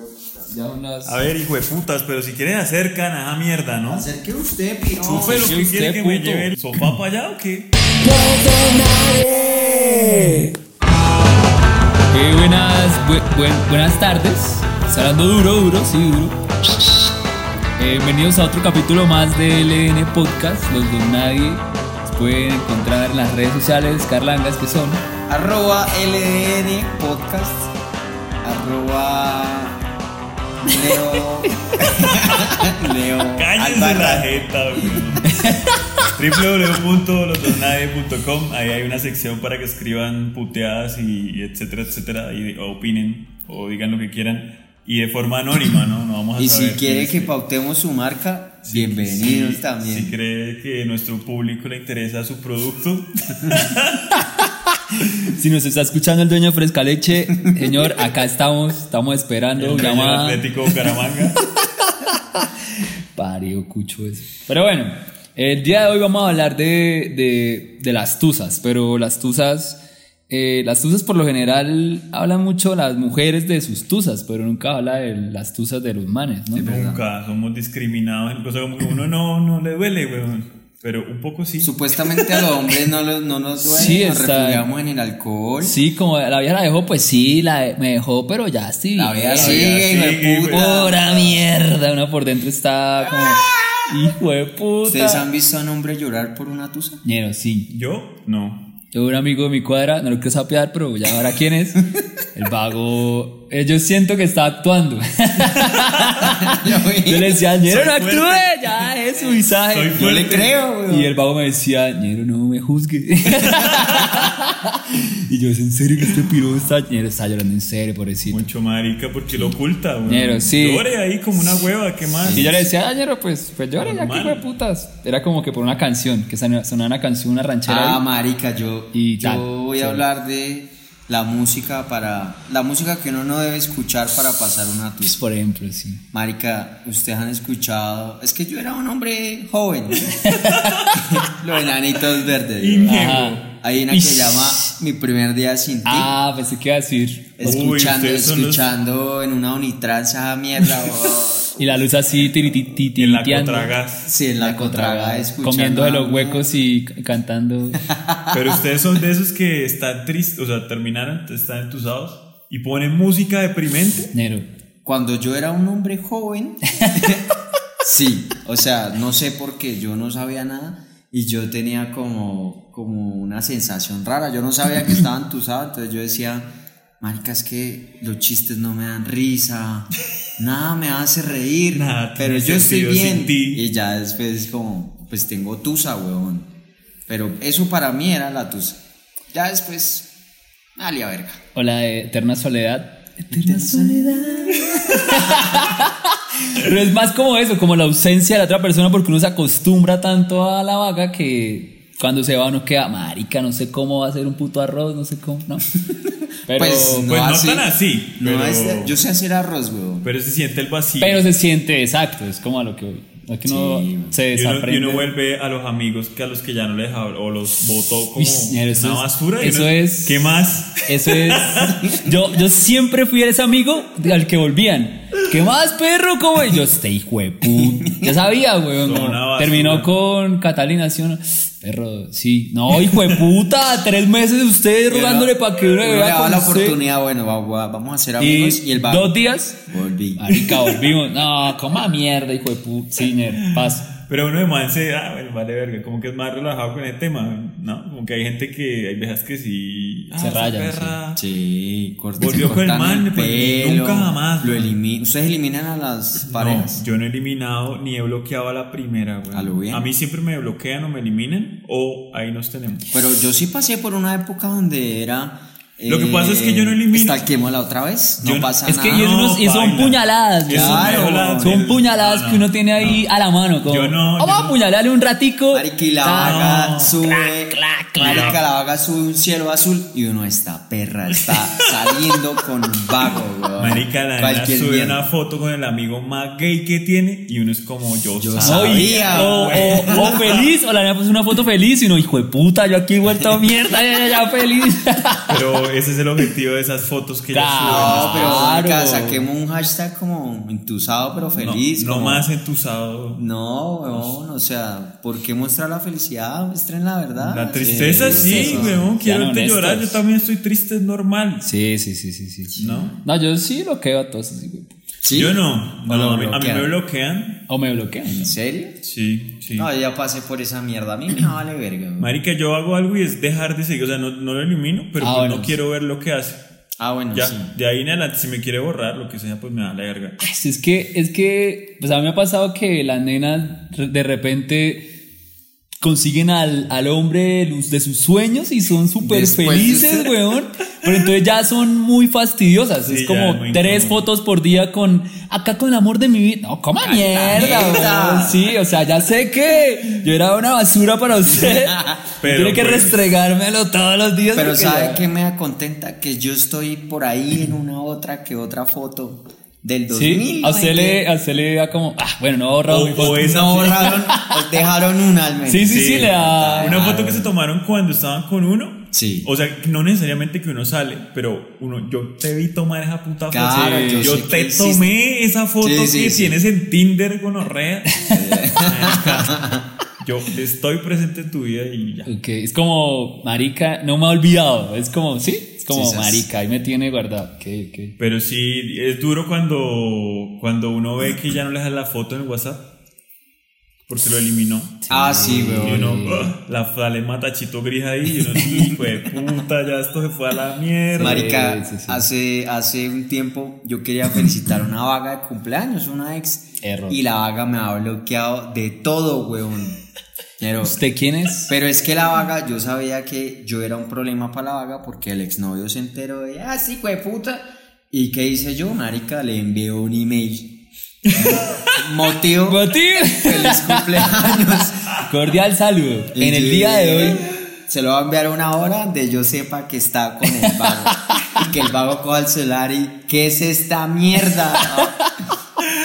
unas. Ya unas A ver, hijo de putas, pero si quieren hacer cana, ah, mierda, ¿no? Acerque usted, piro. Chufe lo sí, que usted, quiere que me puto. lleve el sofá para allá o qué. Eh, buenas, bu- buen- buenas tardes. Está hablando duro, duro, sí, duro. Eh, bienvenidos a otro capítulo más de LN Podcast, los Don Nadie. Nos pueden encontrar en las redes sociales, Carlangas, que son. Arroba LDN Podcast. Arroba. Leo. Leo. Cállense la Albarrán. jeta, weón. www.losdonadie.com Ahí hay una sección para que escriban puteadas y, y etcétera, etcétera. Y opinen o digan lo que quieran. Y de forma anónima, ¿no? No vamos a Y si saber quién quiere es que quién. pautemos su marca, Si- bienvenidos si- también. Si cree que nuestro público le interesa su producto, Si nos está escuchando el dueño de Frescaleche, señor, acá estamos, estamos esperando. el dueño del Llamada. Atlético Bucaramanga. Parió cucho eso. Pero bueno, el día de hoy vamos a hablar de, de, de las tuzas, pero las tuzas, eh, las tuzas por lo general hablan mucho las mujeres de sus tuzas, pero nunca habla de las tuzas de los manes, ¿no? Nunca somos discriminados. Cosa como que uno no, no le duele, weón. Pero un poco sí. Supuestamente a los hombres no, los- no nos duele, Sí, nos está- refugiamos en el alcohol. Sí, como la vieja la dejó, pues sí, la de- me dejó, pero ya estoy La vida bien. sigue, hijo sigue, de güey. puta. Pura mierda, uno por dentro está como hijo de ¿Ustedes puta. han visto a un hombre llorar por una tusa? Ñero, sí. Yo, no. Yo un amigo de mi cuadra, no lo quiero sapear, pero ya ahora quién es. El vago, eh, yo siento que está actuando. Yo le decía, Ñero, no Soy fuerte. actúe, ya es su visaje. Soy Yo fuerte. le creo, Y güey. el vago me decía, Ñero, no me juzgue. y yo, ¿es en serio que este piro está? Ñero está llorando en serio, pobrecito. Mucho marica porque lo oculta, weón. Ñero, sí. Llore ahí como una hueva, ¿qué más? Y yo le decía, ah, Ñero, pues, pues llora ya, que Normal. fue putas. Era como que por una canción, que sonaba sonaba una canción, una ranchera. Ah, ahí. marica, yo, Y yo tal, voy sí. a hablar de la música para. La música que uno no debe escuchar para pasar una Pues, tusa. por ejemplo, sí. Marica, ustedes han escuchado. Es que yo era un hombre joven. Los enanitos verdes. Y güey. Ñero. Ajá. Hay una que Ish. llama Mi primer día sin ti. Ah, pensé que iba a decir. Escuchando, ustedes son los- escuchando en una unitranza mierda. oh, güey. Y la luz así tirititi. Y en la contragas. Sí, en la, contraga, escuchando. Comiendo de los algo. huecos y c- cantando. Pero ustedes son de esos que están tristes, o sea, terminaron, están entusados y ponen música deprimente. Nero. Cuando yo era un hombre joven, sí, o sea, no sé por qué, yo no sabía nada y yo tenía como, como una sensación rara. Yo no sabía que estaba entusado, entonces yo decía, marica, es que los chistes no me dan risa, nada me hace reír, Nada pero tiene yo estoy sentido sin bien. ti. Y ya después, como, pues tengo tusa, weón. Pero eso para mí era la tusa. Ya después, dale a verga. O la de Eterna Soledad. Eterna Soledad. Pero es más como eso, como la ausencia de la otra persona, porque uno se acostumbra tanto a la vaga que cuando se va uno queda, marica, no sé cómo va a ser un puto arroz, no sé cómo, no. Pero, Pues, Pues no, No, así. tan así. No, pero, es- yo sé hacer arroz, weón. pero se siente el vacío. pero se siente exacto, es como a lo que voy. A que uno Sí. se y uno, y desaprende. uno vuelve a los amigos que a los que ya no les habló o los botó como Uy, ñero, eso una es- basura. y eso uno- es- ¿Qué más? Eso es. Yo, yo siempre fui ese amigo al que volvían. ¿Qué más, perro? ¿Cómo? Y yo, este hijo de puta. Ya sabía, weón. Son no. una basura. Terminó con Catalina, ¿sí o no? Perro, sí. No, hijo de puta. Tres meses usted rogándole para que uno Uno le le vea daba con la usted. oportunidad, bueno, va- va- vamos a ser Y, amigos y, el vago. dos días. Volví. Ah. Marica, volvimos. No, coma mierda, hijo de puta. Sí, nerd, paso. Pero uno de man se, ah, bueno, vale verga, como que es más relajado con el tema, ¿no? Como que hay gente que, hay viejas que sí. ah, Se esa rayan, perra. Sí, corté- Volvió con el cortan man, pues, nunca jamás. Lo elimi- Ustedes eliminan a las parejas. No, yo no he eliminado ni he bloqueado a la primera, güey. A lo bien. mí siempre me bloquean o me eliminan o ahí nos tenemos. Pero yo sí pasé por una época donde era. Lo que pasa es que yo no elimino. Stalquemos la otra vez. No Yo no- pasa Es que nada. y es unos- y son paila. puñaladas, Eso claro. me jola Son del- puñaladas no, no, que uno tiene ahí a la mano. Como, Yo no, "Ah, yo Vamos a no. apuñalarle un ratico. Marica, y la Ta, vaga no, sube. clac, clac. Marica, la vaga sube un cielo azul. Y uno, esta perra está saliendo con un vago, weón. Marica, la nena Ah, Cualquier sube mierda. una foto con el amigo más gay que tiene y uno es como yo, Yo sab- No, y- Sabía, o, o- o feliz, o la niña puso una foto feliz y uno, hijo de puta, yo aquí vuelto mierda, ya, ya, ya, feliz. Pero ese es el objetivo de esas fotos que ellos Claro. suben. No, pero Claro. marica, saquemos un hashtag como entusado pero No, feliz. no como- más entusado. No, weón, o sea, ¿por qué mostrar la felicidad? Muestren la verdad. La tristeza sí, sí, sí. weón. Quiero Sean verte llorar. Yo honestos. también estoy triste, es normal. Sí, sí, sí, sí, sí. ¿No? No, yo sí bloqueo a todos así, güey. ¿Sí? Yo no. ¿O no, lo a, mí, a mí bloquean? me bloquean. O me bloquean. ¿no? ¿En serio? Sí, sí. No, ya pasé por esa mierda. A mí me vale verga. weón. Marica, yo hago algo y es dejar de seguir. O sea, no, no lo elimino, pero Ah, pues bueno, no sí. quiero ver lo que hace. Ah, bueno, Ya, sí. de ahí en adelante, si me quiere borrar, lo que sea, pues me da la verga. Pues Es que, es que, pues a mí me ha pasado que las nenas re- de repente consiguen al, al hombre de luz- de sus sueños y son súper Después de felices, ser- weón. Pero entonces ya son muy fastidiosas. Sí, es ya, como muy tres incómodo. fotos por día con acá con el amor de mi vida. No, coma mierda, mierda. weón. Sí, o sea, ya sé que yo era una basura para usted. Pero, Tiene que pues. restregármelo todos los días. Pero porque ¿sabe ya- qué me da contenta? Que yo estoy por ahí en una otra que otra foto del 2000. Sí, a usted, le, a usted le da como, ah, bueno, no he borrado O- mi foto. o esa No borraron, dejaron una al menos. Sí, sí, sí, le da. Una foto que se tomaron cuando estaban con uno. Sí. O sea, no necesariamente que uno sale, pero uno, yo te vi tomar esa puta Claro, foto. yo yo sé te que tomé esa foto Sí, sí, que sí. tienes en Tinder con Orrea. yo estoy presente en tu vida y ya. Ok, es como, marica, no me ha olvidado. Es como, sí, es como, Sí, sas. marica, ahí me tiene guardado. Ok, ok. Pero sí, es duro cuando, cuando uno ve que ya no le dejan la foto en el WhatsApp porque lo eliminó. Ah, sí, Y weón. uno, ugh, la flema tachito gris ahí, y uno, hijo de puta, ya esto se fue a la mierda. Marica, Sí, sí, sí. Hace, hace un tiempo yo quería felicitar a una vaga de cumpleaños, una ex. Error. Y la vaga me ha bloqueado de todo, weón. Pero, ¿Usted quién es? pero es que la vaga, yo sabía que yo era un problema para la vaga porque el exnovio se enteró de, ah, sí, puta. ¿Y qué hice yo, marica? Le envié un email. Motivo, Botín. feliz cumpleaños. Cordial saludo. Y En el yo día de dije, hoy. Se lo va a enviar a una hora donde yo sepa que está con el vago. y que el vago coja el celular y ¿qué es esta mierda?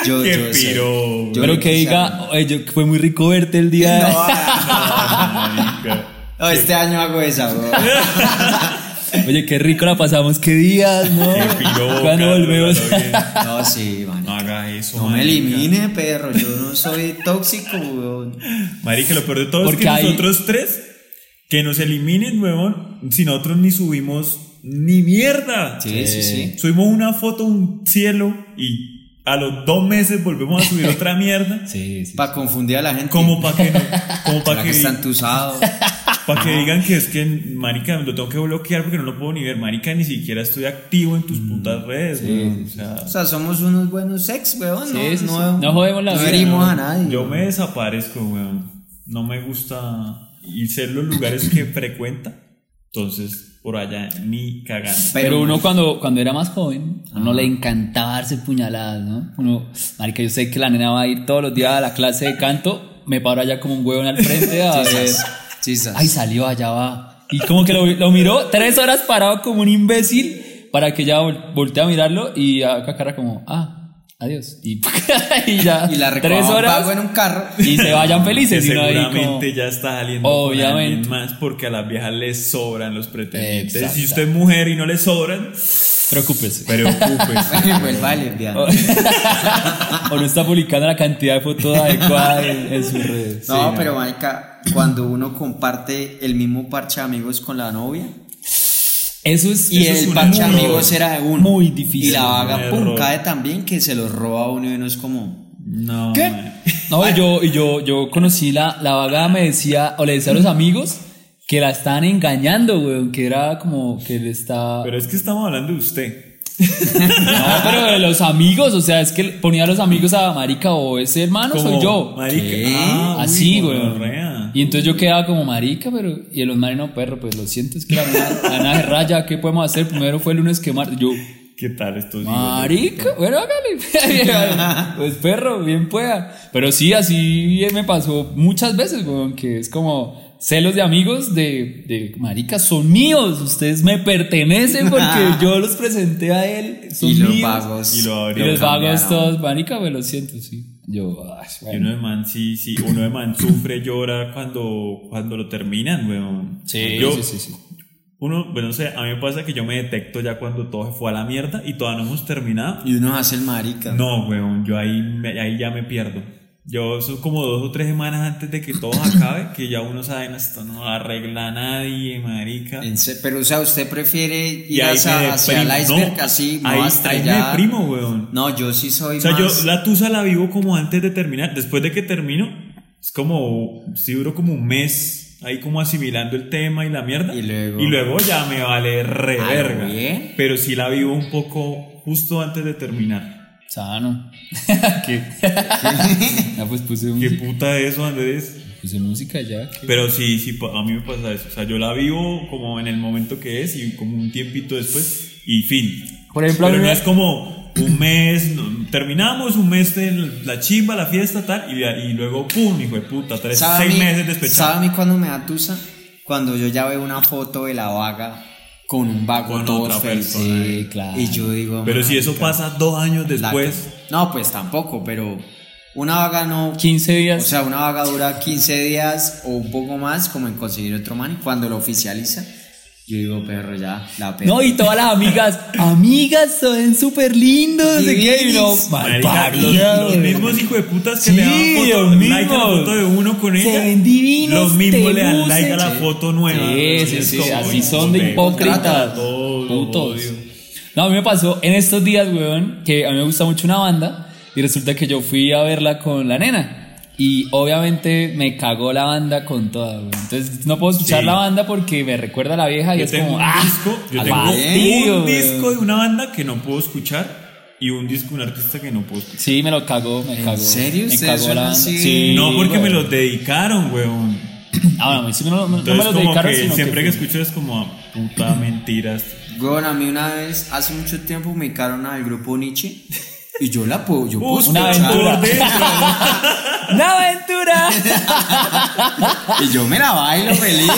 yo, Qué yo sé. piro. Yo pero le que puse diga, oye, yo- fue muy rico verte el a- día. Marica. No, este año hago esa, bro. Oye, qué rico la pasamos, qué días, ¿no? Qué piroca, Cuando volvemos. no, no, no, No, sí, man. No hagas eso. No me marica. elimine, perro. Yo no soy tóxico, weón. Marica, lo peor de todo Porque es que hay- nosotros tres, que nos eliminen, huevón, si nosotros ni subimos ni mierda. Sí, sí, sí. Subimos una foto, un cielo, y a los dos meses volvemos a subir otra mierda. Sí, sí. Para confundir a la gente. Como para que, no, como ¿Será para que que, está entusado? pa' que digan que es que, marica, lo tengo que bloquear porque no lo puedo ni ver. Marica, ni siquiera estoy activo en tus Mm. putas redes. huevón, o sea, O sea, somos unos buenos sex, weón. No, Sí, sí, sí. no, No jodemos la no vida, herimos no. a nadie. Yo me desaparezco, weón. No me gusta y ser los lugares que frecuenta. Entonces, por allá ni cagando. Pero uno cuando, cuando era más joven, a uno le encantaba darse puñaladas, ¿no? Uno, marica, yo sé que la nena va a ir todos los días a la clase de canto, me paro allá como un huevón al frente a ver, Chisas. ay, salió, allá va. Y como que lo, lo miró tres horas parado como un imbécil para que ya vol- voltee a mirarlo y acá cara como, ah, adiós. Y, y ya, Y la tres horas recogió en un carro. y se vayan Que felices. y uno ahí como- seguramente ya está saliendo con Obviamente. alguien más porque a las viejas les sobran los pretendientes. Exacto. Si usted es mujer y no le sobran, preocúpese. preocúpese. Pues vale, bien. O- o no está publicando la cantidad de fotos adecuada en, en sus redes. No, pero marica, cuando uno comparte el mismo parche de amigos con la novia Eso es, y eso es el un parche de muro. amigos era de uno. Muy difícil. Y la vaga Un pum error. cae también que se lo roba a uno y uno es como No. ¿Qué? man. No, y yo, y yo, yo conocí la, la vaga, me decía, o le decía a los amigos que la estaban engañando, weón, que era como que le estaba. Pero es que estamos hablando de usted. no, pero de los amigos, o sea, es que ponía a los amigos a Marica o ese hermano soy Como, yo. Marica. ¿Qué? ah, uy, Así, gonorrea. weón. Y entonces yo quedaba como marica, pero. Y el Osmari no, perro, pues lo siento, es que la nena- la nena de raya, ¿qué podemos hacer? Primero fue el lunes que martes. Yo, ¿Qué tal estos días? Marica, bueno, hágale. pues perro, bien pueda. Pero sí, así me pasó muchas veces, weón, que es como celos de amigos de, de marica, son míos, ustedes me pertenecen porque yo los presenté a él, son y los míos. vagos. Y lo Y abrió. los vagos cambiaron. todos, marica, me lo siento, sí. Yo, ay, Y bueno. uno de man, sí, sí, uno de man sufre, llora cuando, cuando lo terminan, weón. Sí, Yo- sí, sí, sí. Uno, bueno, no sé, a mí me pasa que yo me detecto ya cuando todo se fue a la mierda y todavía no hemos terminado. Y uno hace el marica. No, weón, yo ahí, me- ahí ya me pierdo. Yo, eso es como dos o tres semanas antes de que todo acabe, que ya uno sabe, "No, esto no arregla a nadie, marica. En se- Pero, o sea, ¿usted prefiere Y ir ahí me hacia, hacia el deprimo. iceberg así? me ahí, voy a ahí me estrellar? deprimo, weón. No, yo sí soy O sea, yo más... la tusa la vivo como antes de terminar. Después de que termino, es como. Si duro como un mes ahí como asimilando el tema y la mierda. Y luego- ya me vale re Ah, verga. bien. Pero sí la vivo un poco justo antes de terminar. Sano. ¿Qué? Ya pues puse ¿Qué música, puta es eso, Andrés? puse música ya. que- Pero sí, sí, pa- a mí me pasa eso. O sea, yo la vivo como en el momento que es y como un tiempito después y fin. Por ejemplo, a mí Pero no me- es como un mes, no, terminamos un mes de la chimba, la fiesta, tal, y, y luego, pum, hijo de puta, tres, ¿Sabe a seis mí- meses despechado. ¿Sabe a mí cuando me da tusa? Cuando yo ya veo una foto de la vaga con un vago Con todo otra feliz. persona. Sí, claro. Y yo digo... Pero si eso "Marica, pasa dos años la- después, No, pues tampoco, pero una vaga no... 15 O días. sea, una vaga dura 15 días o un poco más como en conseguir otro man y cuando lo oficializa, yo digo, perro, ya, la perra. no, y todas las amigas, amigas, son súper lindos. ¿de qué? Y no, Divinis. mal marica, los, parida, los güey. mismos hijos de putas que Sí, le dan foto, los like a la mismos. foto de uno con Se ella, ven divinos, los mismos te le dan lucen. like a la Sí. foto nueva. Sí, Es sí, sí, como, así uy, son de me hipócritas. contratan todos, Putos. odio. No, a mí me pasó en estos días, weón, que a mí me gusta mucho una banda y resulta que yo fui a verla con la nena. Y obviamente me cagó la banda con toda, weón. Entonces no puedo escuchar Sí. la banda porque me recuerda a la vieja y Yo es tengo como. un ¡Ah! disco, yo al tengo fastidio, un weón. disco de una banda que no puedo escuchar y un disco de un artista que no puedo escuchar. Sí, me lo cagó, me cagó. serio? Me ¿Ustedes cagó son la banda. así? Sí, No, porque me weón. los dedicaron, weón. Ah, bueno, a mí sí me lo- no, me Entonces, lo como dedicaron, que sino siempre que fue- escucho es como ah, puta mentiras. Weón, a mí una vez, hace mucho tiempo, me ubicaron al grupo Nietzsche y yo la puedo, yo puedo una escuchar. aventura. Por dentro. ¡La aventura! Y yo me la bailo feliz.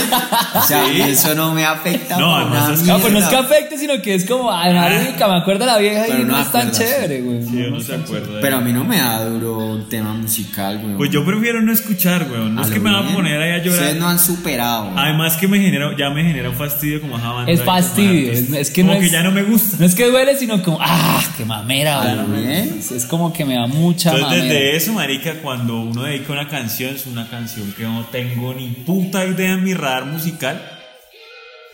O sea, Sí. eso no me afecta. No, por no, nada, eso es- No, pues no es que mierda. afecte, sino que es como, ay, marica, me acuerdo a la vieja y Pero no, no es tan acuerdas. chévere, güey. Sí, yo no se acuerda. de- Pero a mí no me da duro un tema musical, weón. Pues yo prefiero no escuchar, weón. No A es lo que me va a bien. poner ahí a llorar. Ah, Ustedes no han superado. Además que me genera, ya me genera un fastidio como esa banda Es y como fastidio, artista. es- es que pues, como no que es- ya no me gusta. No es que duele, sino como, ah, qué mamera, Claro, güey. ¿eh? Es, es como que me da mucha Entonces mamera. desde eso, marica, cuando uno dedica una canción es una canción que no tengo ni puta idea en mi radar musical.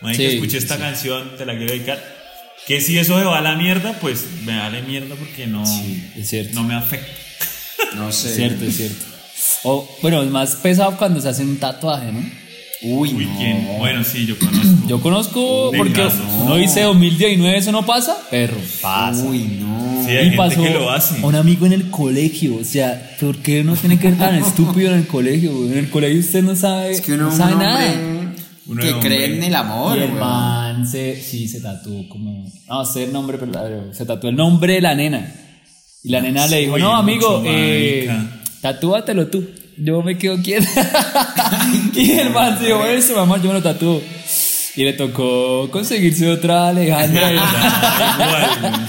Marica, Sí, escuché sí, esta canción, te la quiero dedicar. Que si eso se va a la mierda, pues me vale mierda porque no, Es cierto, no me afecta. No sé. es cierto, es cierto. O, bueno, es más pesado cuando se hace un tatuaje, ¿no? Uy, Uy, no. ¿quién? Bueno, sí, yo conozco. Yo conozco, Venga, porque no. uno dice "Oh, 2019, eso no pasa, perro, pasa. Uy, no. Ah, Sí, hay gente que lo hace. a un amigo en el colegio. O sea, ¿por qué uno tiene que ser tan estúpido en el colegio? güey? En el colegio usted no sabe, Es que uno no es sabe un nada. hombre Uno es que hombre. cree en el amor, Y el weón. man se, sí, se tatuó como. No sé el nombre, pero se tatuó el nombre de la nena. Y la nena le dijo: Uy, No, amigo, mucho eh, marica. tatúatelo tú. Yo me quedo quieta. y el man se dijo: Bueno, su mamá, yo me lo tatúo. Y le tocó conseguirse otra Alejandra. Ah, igual, weón.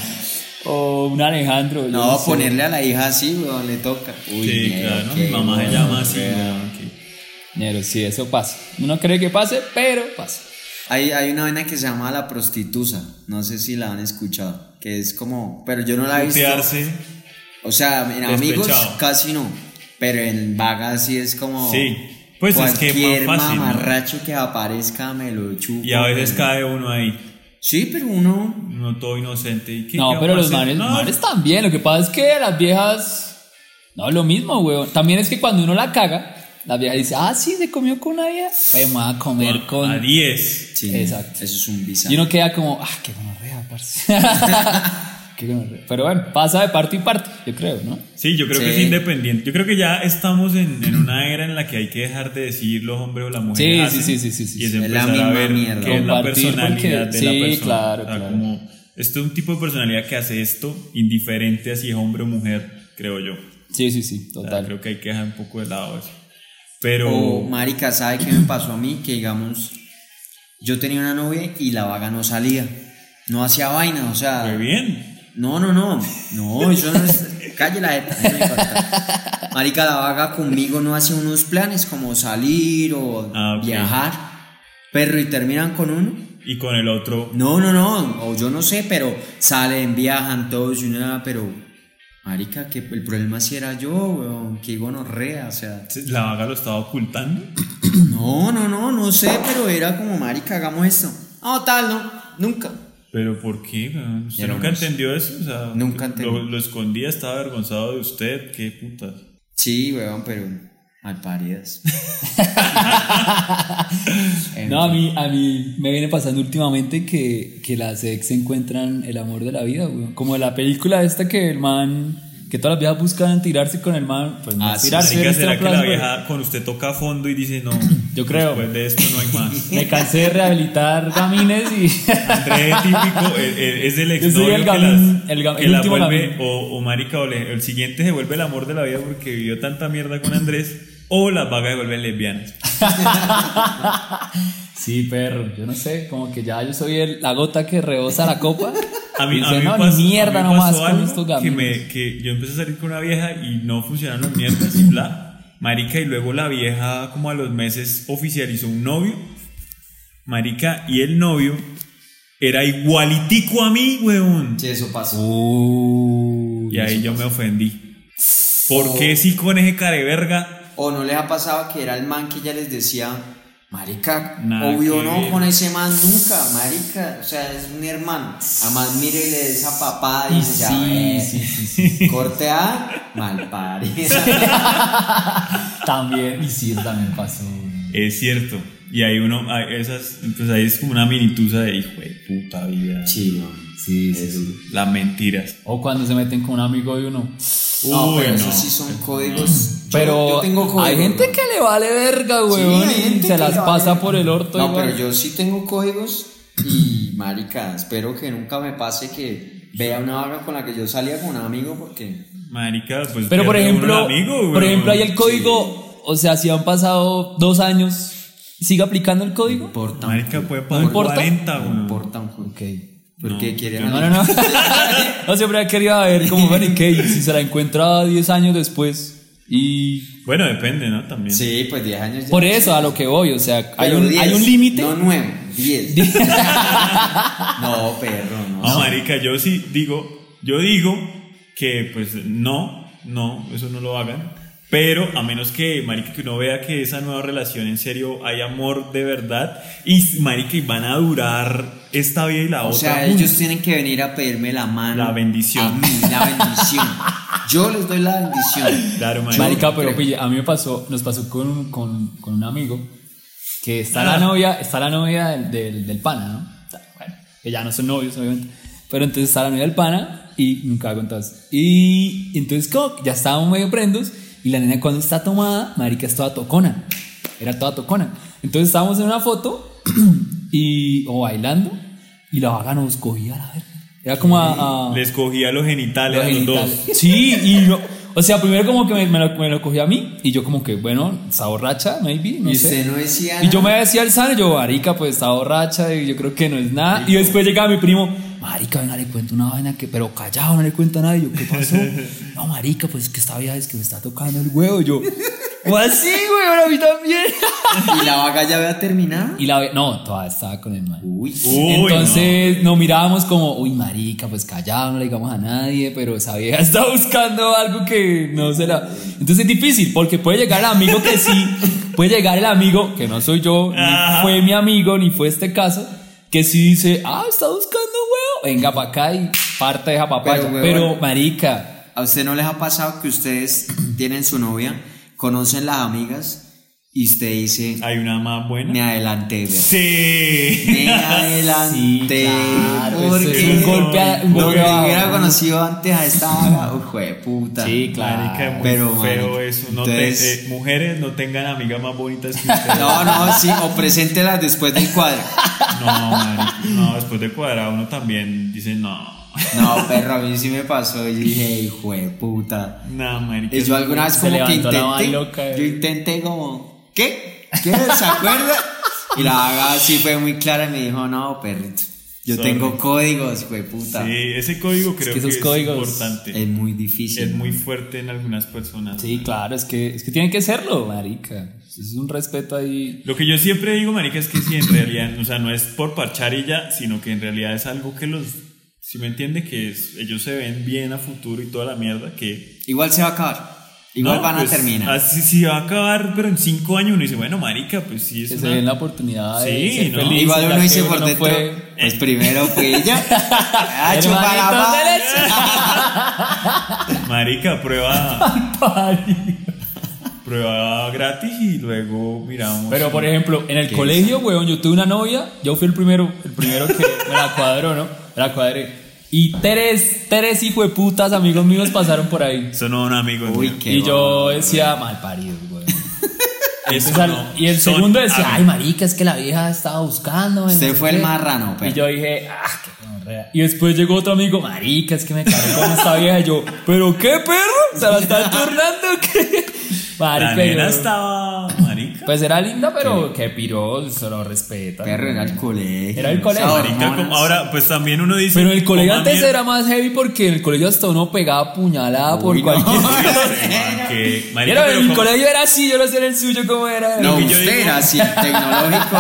o un Alejandro. yo No, sé. ponerle a la hija así, weón, le toca. Uy, Sí, mierda, claro, ¿no? qué Mi mamá se weón, llama así. weón. weón, que- Pero sí, eso pasa. Uno cree que pase, pero pasa. Hay, hay una vaina que se llama la prostitusa. No sé si la han escuchado. Que es como. Pero yo no la he visto. Putearse. O sea, en amigos Despechado. casi no. Pero en vagas sí es como. Sí. Pues es que más cualquier fácil, ¿no? mamarracho que aparezca me lo chupo. Y a veces pero- cae uno ahí. Sí, pero uno. No todo inocente. ¿Y qué- No, qué pero vamos los a hacer? manes, No, manes también. Lo que pasa es que las viejas. No, lo mismo, weón. También es que cuando uno la caga, la vieja dice, ah, sí, se comió con una vieja. Pues me va a comer a- con. A 10. Sí, Exacto. Eso es un Y bizarro. uno queda como, ah, qué gonorrea, parce. qué gonorrea. Pero bueno, pasa de parte y parte, yo creo, ¿no? Sí, yo creo que Sí. es independiente. Yo creo que ya estamos en, en una era en la que hay que dejar de decir los hombres o la mujer. Sí, hacen, sí, sí, sí, sí, Y es sí. Es la empezar a misma ver mierda. qué es la Compartir, porque- personalidad de la sí, persona. claro, O sea, claro. como, esto es un tipo de personalidad que hace esto indiferente a si es hombre o mujer, creo yo. Sí, sí, sí, O sea, total. Oh, creo que hay que dejar un poco de lado eso. Pero. O, marica, ¿sabe qué me pasó a mí? Que digamos, yo tenía una novia y la vaga no salía. No hacía vaina, o sea. ah. Muy bien. No, no, no. No, eso no es. Calle la jeta, eso no importa. Marica, la vaga conmigo no hace unos planes como salir o Ah, ok. viajar. Perro, y terminan con uno. y con el otro. No, no, no, o yo no sé, pero salen, viajan todos y nada, pero marica, que el problema si era yo, weón, que gonorrea, o sea, ¿La vaga lo estaba ocultando? no, no, no, no sé, pero era como, marica, hagamos esto. No, tal, no, nunca. ¿Pero por qué? weón? ¿Usted Ya no nunca lo sé. entendió eso? O sea, Nunca entendí. lo, lo escondía, estaba avergonzado de usted. ¿Qué putas? Sí, weón, pero mal paridas. En No, a mí, a mí me viene pasando últimamente que, que las ex encuentran el amor de la vida, güey. Como la película esta que el man, que todas las viejas buscan tirarse con el man, pues no Ah, es sí, tirarse, Marica, es ¿será que la trampas, güey. vieja con usted toca a fondo y dice no? pues Yo creo. Después de esto no hay más. Me cansé de rehabilitar gamines y... André típico, el- el- es el Yo soy exnovio el que, gamín, las- el gam- que el la último vuelve gamín. o, o marica o le- el siguiente se vuelve el amor de la vida porque vivió tanta mierda con Andrés o las vagas se vuelven lesbianas. Sí, perro, yo no sé, como que ya yo soy el- la gota que rebosa la copa. A mí, Y a dice, mí me no, pasó- ni mierda a mí me nomás pasó con algo estos que, gaminos. me- que yo empecé a salir con una vieja y no funcionaron las mierdas y bla, marica, y luego la vieja como a los meses oficializó un novio, marica, y el novio era igualitico a mí, weón. Sí, eso pasó. Uy, Y ahí yo me ofendí. ¿Por qué sí con ese careverga? O no les ha pasado que era el man que ya les decía, marica, Nada obvio que no ver. con ese man nunca, marica, o sea, es un hermano. Además, mírele esa papada y dice, Sí, ya, sí, Corte A, mal también, y sí, también pasó. Es cierto. Y ahí uno, ahí esas, pues ahí es como una minitusa de hijo de puta vida. Chido. Sí, sí, Eso. sí. Las mentiras. O cuando se meten con un amigo de uno. No, Uy, pero no. esos sí son códigos. Yo- Pero yo tengo códigos. hay gente que le vale verga, Sí, weón, hay y gente se que las le vale pasa verga. por el orto. No, igual. pero yo sí tengo códigos y marica, espero que nunca me pase que vea una vaga con la que yo salía con un amigo porque Marica, pues. Pero por pierde uno ejemplo, el amigo, por weón. ejemplo, hay el código, o sea, si han pasado dos años, ¿sigue aplicando el código? importa. Marica puede pagar importa? 40, No weón. importa un culo. Porque quieren No, no, no. no siempre he querido ver cómo Mary Kay, si se la encuentra 10 años después. Y Bueno, depende, ¿no? También. Sí, pues 10 años ya. por eso a lo que voy, o sea, hay Pero un, 10, hay un límite. No 9, 10. no, perro, no. Ah, No, marica, yo sí digo, yo digo que pues no, no, eso no lo hagan. Pero a menos que, marica, que uno vea que esa nueva relación en serio hay amor de verdad y, marica, y van a durar esta vida y la O otra. sea, juntos. ellos tienen que venir a pedirme la mano. La bendición. A mí, la bendición. Yo les doy la bendición. Claro, marica. Marica, pero creo. pille, a mí me pasó, nos pasó con, un- con, con un amigo que está Ah. la novia, está la novia del, del, del pana, ¿no? O sea, Bueno, que ya no son novios, obviamente. Pero entonces está la novia del pana y nunca hago entonces. Y entonces como que ya estábamos medio prendos y la nena cuando está tomada, marica es toda tocona. Era toda tocona. Entonces estábamos en una foto y o bailando y la vaga nos cogía la verga. Era como a- a Les cogía los genitales los a los dos. genitales. Sí, y yo, o sea, primero como que me, me lo, me lo cogió a mí y yo como que, bueno, está borracha, maybe, no Y sé. usted no decía Y yo nada. me decía al sano, yo, marica, pues está borracha y yo creo que no es nada. Y después llegaba mi primo, marica, venga, le cuento una vaina que, pero callado, no le cuento a nadie. Yo, ¿qué pasó? no, marica, pues que esta vieja es que me está tocando el huevo. Yo, ¿cómo así, güey? Bueno, a mí también. Y la vaga ya había terminado. y la, ve- no, todavía estaba con el man. Uy. Uy, Entonces nos mirábamos como, uy, marica, pues callado, no le digamos a nadie, pero esa vieja está buscando algo que no se la. Entonces es difícil, porque puede llegar el amigo que sí, puede llegar el amigo que no soy yo, ni Ajá. fue mi amigo, ni fue este caso, que sí dice, ah, está buscando, huevo, venga para acá y parte de papaya. Pero, Pero, huevón. marica, ¿A usted no les ha pasado que ustedes tienen su novia, conocen las amigas y usted dice, Hay una más buena. me adelanté, vea"? Sí. Me adelanté. claro, eso porque es un golpe a- un no golpe te a- hubiera conocido antes a esta vaga, hijo de puta. Sí, claro. Marica, es muy Pero, feo marica, eso. No entonces- te- eh, mujeres no tengan amigas más bonitas que ustedes. No, no, sí, o preséntela después del cuadro. No, marica, no, después de cuadrado uno también dice no. No, perro, a mí sí me pasó. Yo dije, hijo de puta. No, marica. Y yo alguna vez Se como que levantó la más intenté, loca, eh. yo intenté como, ¿qué? ¿Qué? ¿Se acuerda? Y la vaga sí fue muy clara y me dijo, no, perrito, Yo Sorry. tengo códigos, güey, puta. Sí, ese código creo que que, esos es códigos- importante. Es muy difícil. es muy fuerte en algunas personas. Sí, claro, es que, es que tienen que serlo, marica. Es un respeto ahí. Lo que yo siempre digo, marica, es que si en realidad, o sea, no es por parchar y ya, sino que en realidad es algo que los, si me entiende, que es- ellos se ven bien a futuro y toda la mierda, que... Igual se va a acabar. Igual no, van pues, a terminar. Así sí va a acabar, pero en cinco años uno dice, bueno, marica, pues sí es Que se una- den la oportunidad de Sí, ser ¿no? feliz, Igual ya uno que dice por no dentro. fue- Pues primero fui ella. ah, Hermanito chupar la madre. Marica, prueba, derecho. prueba gratis y luego miramos. Pero por ejemplo, en el ¿Qué? colegio, weón, yo tuve una novia, yo fui el primero, el primero que me la cuadró, ¿no? Me la cuadré. Y tres, tres hijo de putas amigos míos pasaron por ahí. Eso no, un amigo. Uy, mío. qué y yo bueno. decía, mal parido, weón. Eso Entonces, al- no, y el son Ah, segundo decía, amigos. ay, marica, es que la vieja estaba buscando. Usted no sé fue el qué". marrano, pero. Y yo dije, ah, qué gonorrea". Y después llegó otro amigo, marica, es que me cargó con esta vieja. Y yo, ¿pero qué perro? ¿Se la está turnando o qué? La Marica, nena yo- estaba, marica. Pues era linda, pero que piró, se lo respeta. Perro, era el colegio. Era el colegio. Esas Marica, hormonas. como- ahora, pues también uno dice. Pero en el colegio coma antes mierda. era más heavy porque en el colegio hasta uno pegaba puñalada por Uy, no. cualquier Ah, que- marica, Era, pero en mi como- colegio era así, yo no sé en el suyo cómo era. No, Lo que yo usted digo- era así, el tecnológico.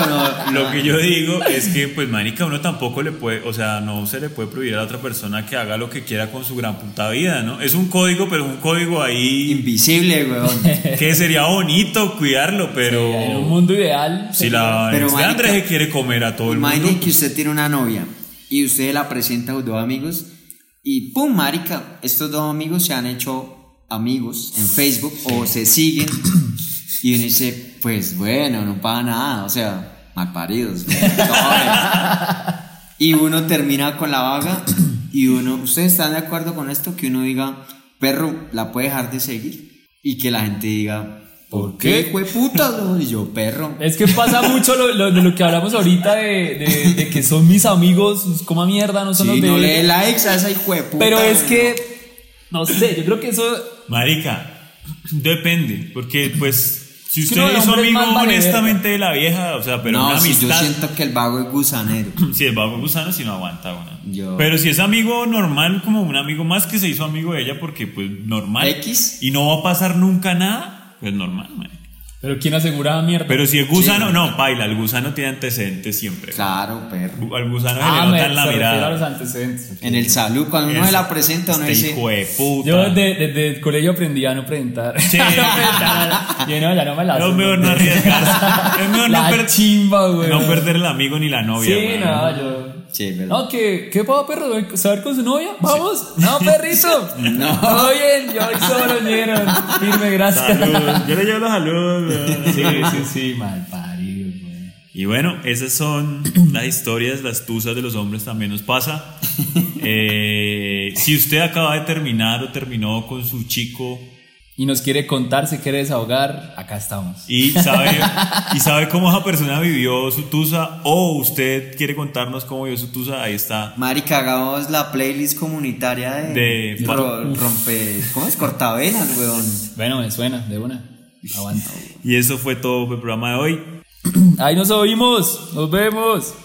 No, Lo que yo digo es que, pues, marica, uno tampoco le puede, o sea, no se le puede prohibir a la otra persona que haga lo que quiera con su gran puta vida, ¿no? Es un código, pero un código ahí Invisible, weón. que sería bonito cuidarlo, pero En un mundo ideal. si la Pero, si marica, Andrés se quiere comer a todo el mundo, pues. Imagine que usted tiene una novia y usted la presenta a sus dos amigos y ¡pum! Marica, estos dos amigos se han hecho amigos en Facebook o se siguen y uno dice, pues bueno, no paga nada, o sea, malparidos. ¿no? Todo bien. y uno termina con la vaga y uno, ¿ustedes están de acuerdo con esto? Que uno diga, perro, la puede dejar de seguir y que la gente diga, ¿por qué, qué? jueputas? no?" Y yo, perro. Es que pasa mucho lo, lo- de lo que hablamos ahorita de, de- de que son mis amigos, sus coma mierda, no son Sí, los de no ella. le dé likes a esa hijueputa. Pero es no. que, no sé, yo creo que eso. marica, depende, porque, pues, si Es que usted uno de es hombre es amigo más vale honestamente de la vieja, o sea, pero no, una si yo amistad. siento que el vago es gusanero. Si el vago gusano, si no aguanta, bueno. Yo- Pero si es amigo normal, como un amigo más que se hizo amigo de ella porque, pues, normal. X. Y no va a pasar nunca nada, pues normal, marica. Pero quién aseguraba mierda. Pero si el gusano, no, paila, el gusano tiene antecedentes siempre. Claro, perro. Al gusano ah, se me le notan la se refiere a mirada. los antecedentes. ok. En el salud, cuando uno Eso. se la presenta, uno Este dice. hijo de puta. Yo de- desde el colegio aprendí a no presentar. Sí. no presentar. Yo no, ya no me la No, sé. mejor no arriesgarse. Es mejor La no, per- chimba, güey. no perder el amigo ni la novia. Sí, güey. no, yo. Sí, verdad. No, que, ¿qué pavo, perro? ¿Saber con su novia? ¡Vamos! ¡No, perrito! no. Todo bien, yo hoy solo negro. Firme, gracias. Salud. Yo le llevo los saludos. güey. Sí, sí, sí, mal parido, güey. Y bueno, esas son las historias, las tusas de los hombres también nos pasa. Eh, si usted acaba de terminar o terminó con su chico Y nos quiere contar, se quiere desahogar, acá estamos. y sabe, y sabe cómo esa persona vivió su tusa o usted quiere contarnos cómo vivió su tusa, ahí está. Marica, hagamos la playlist comunitaria de. De- ro- rompe. ¿Cómo es? Cortavenas, weón. Bueno, me suena, de una. Aguanta. Y eso fue todo por el programa de hoy. Ahí nos oímos. Nos vemos.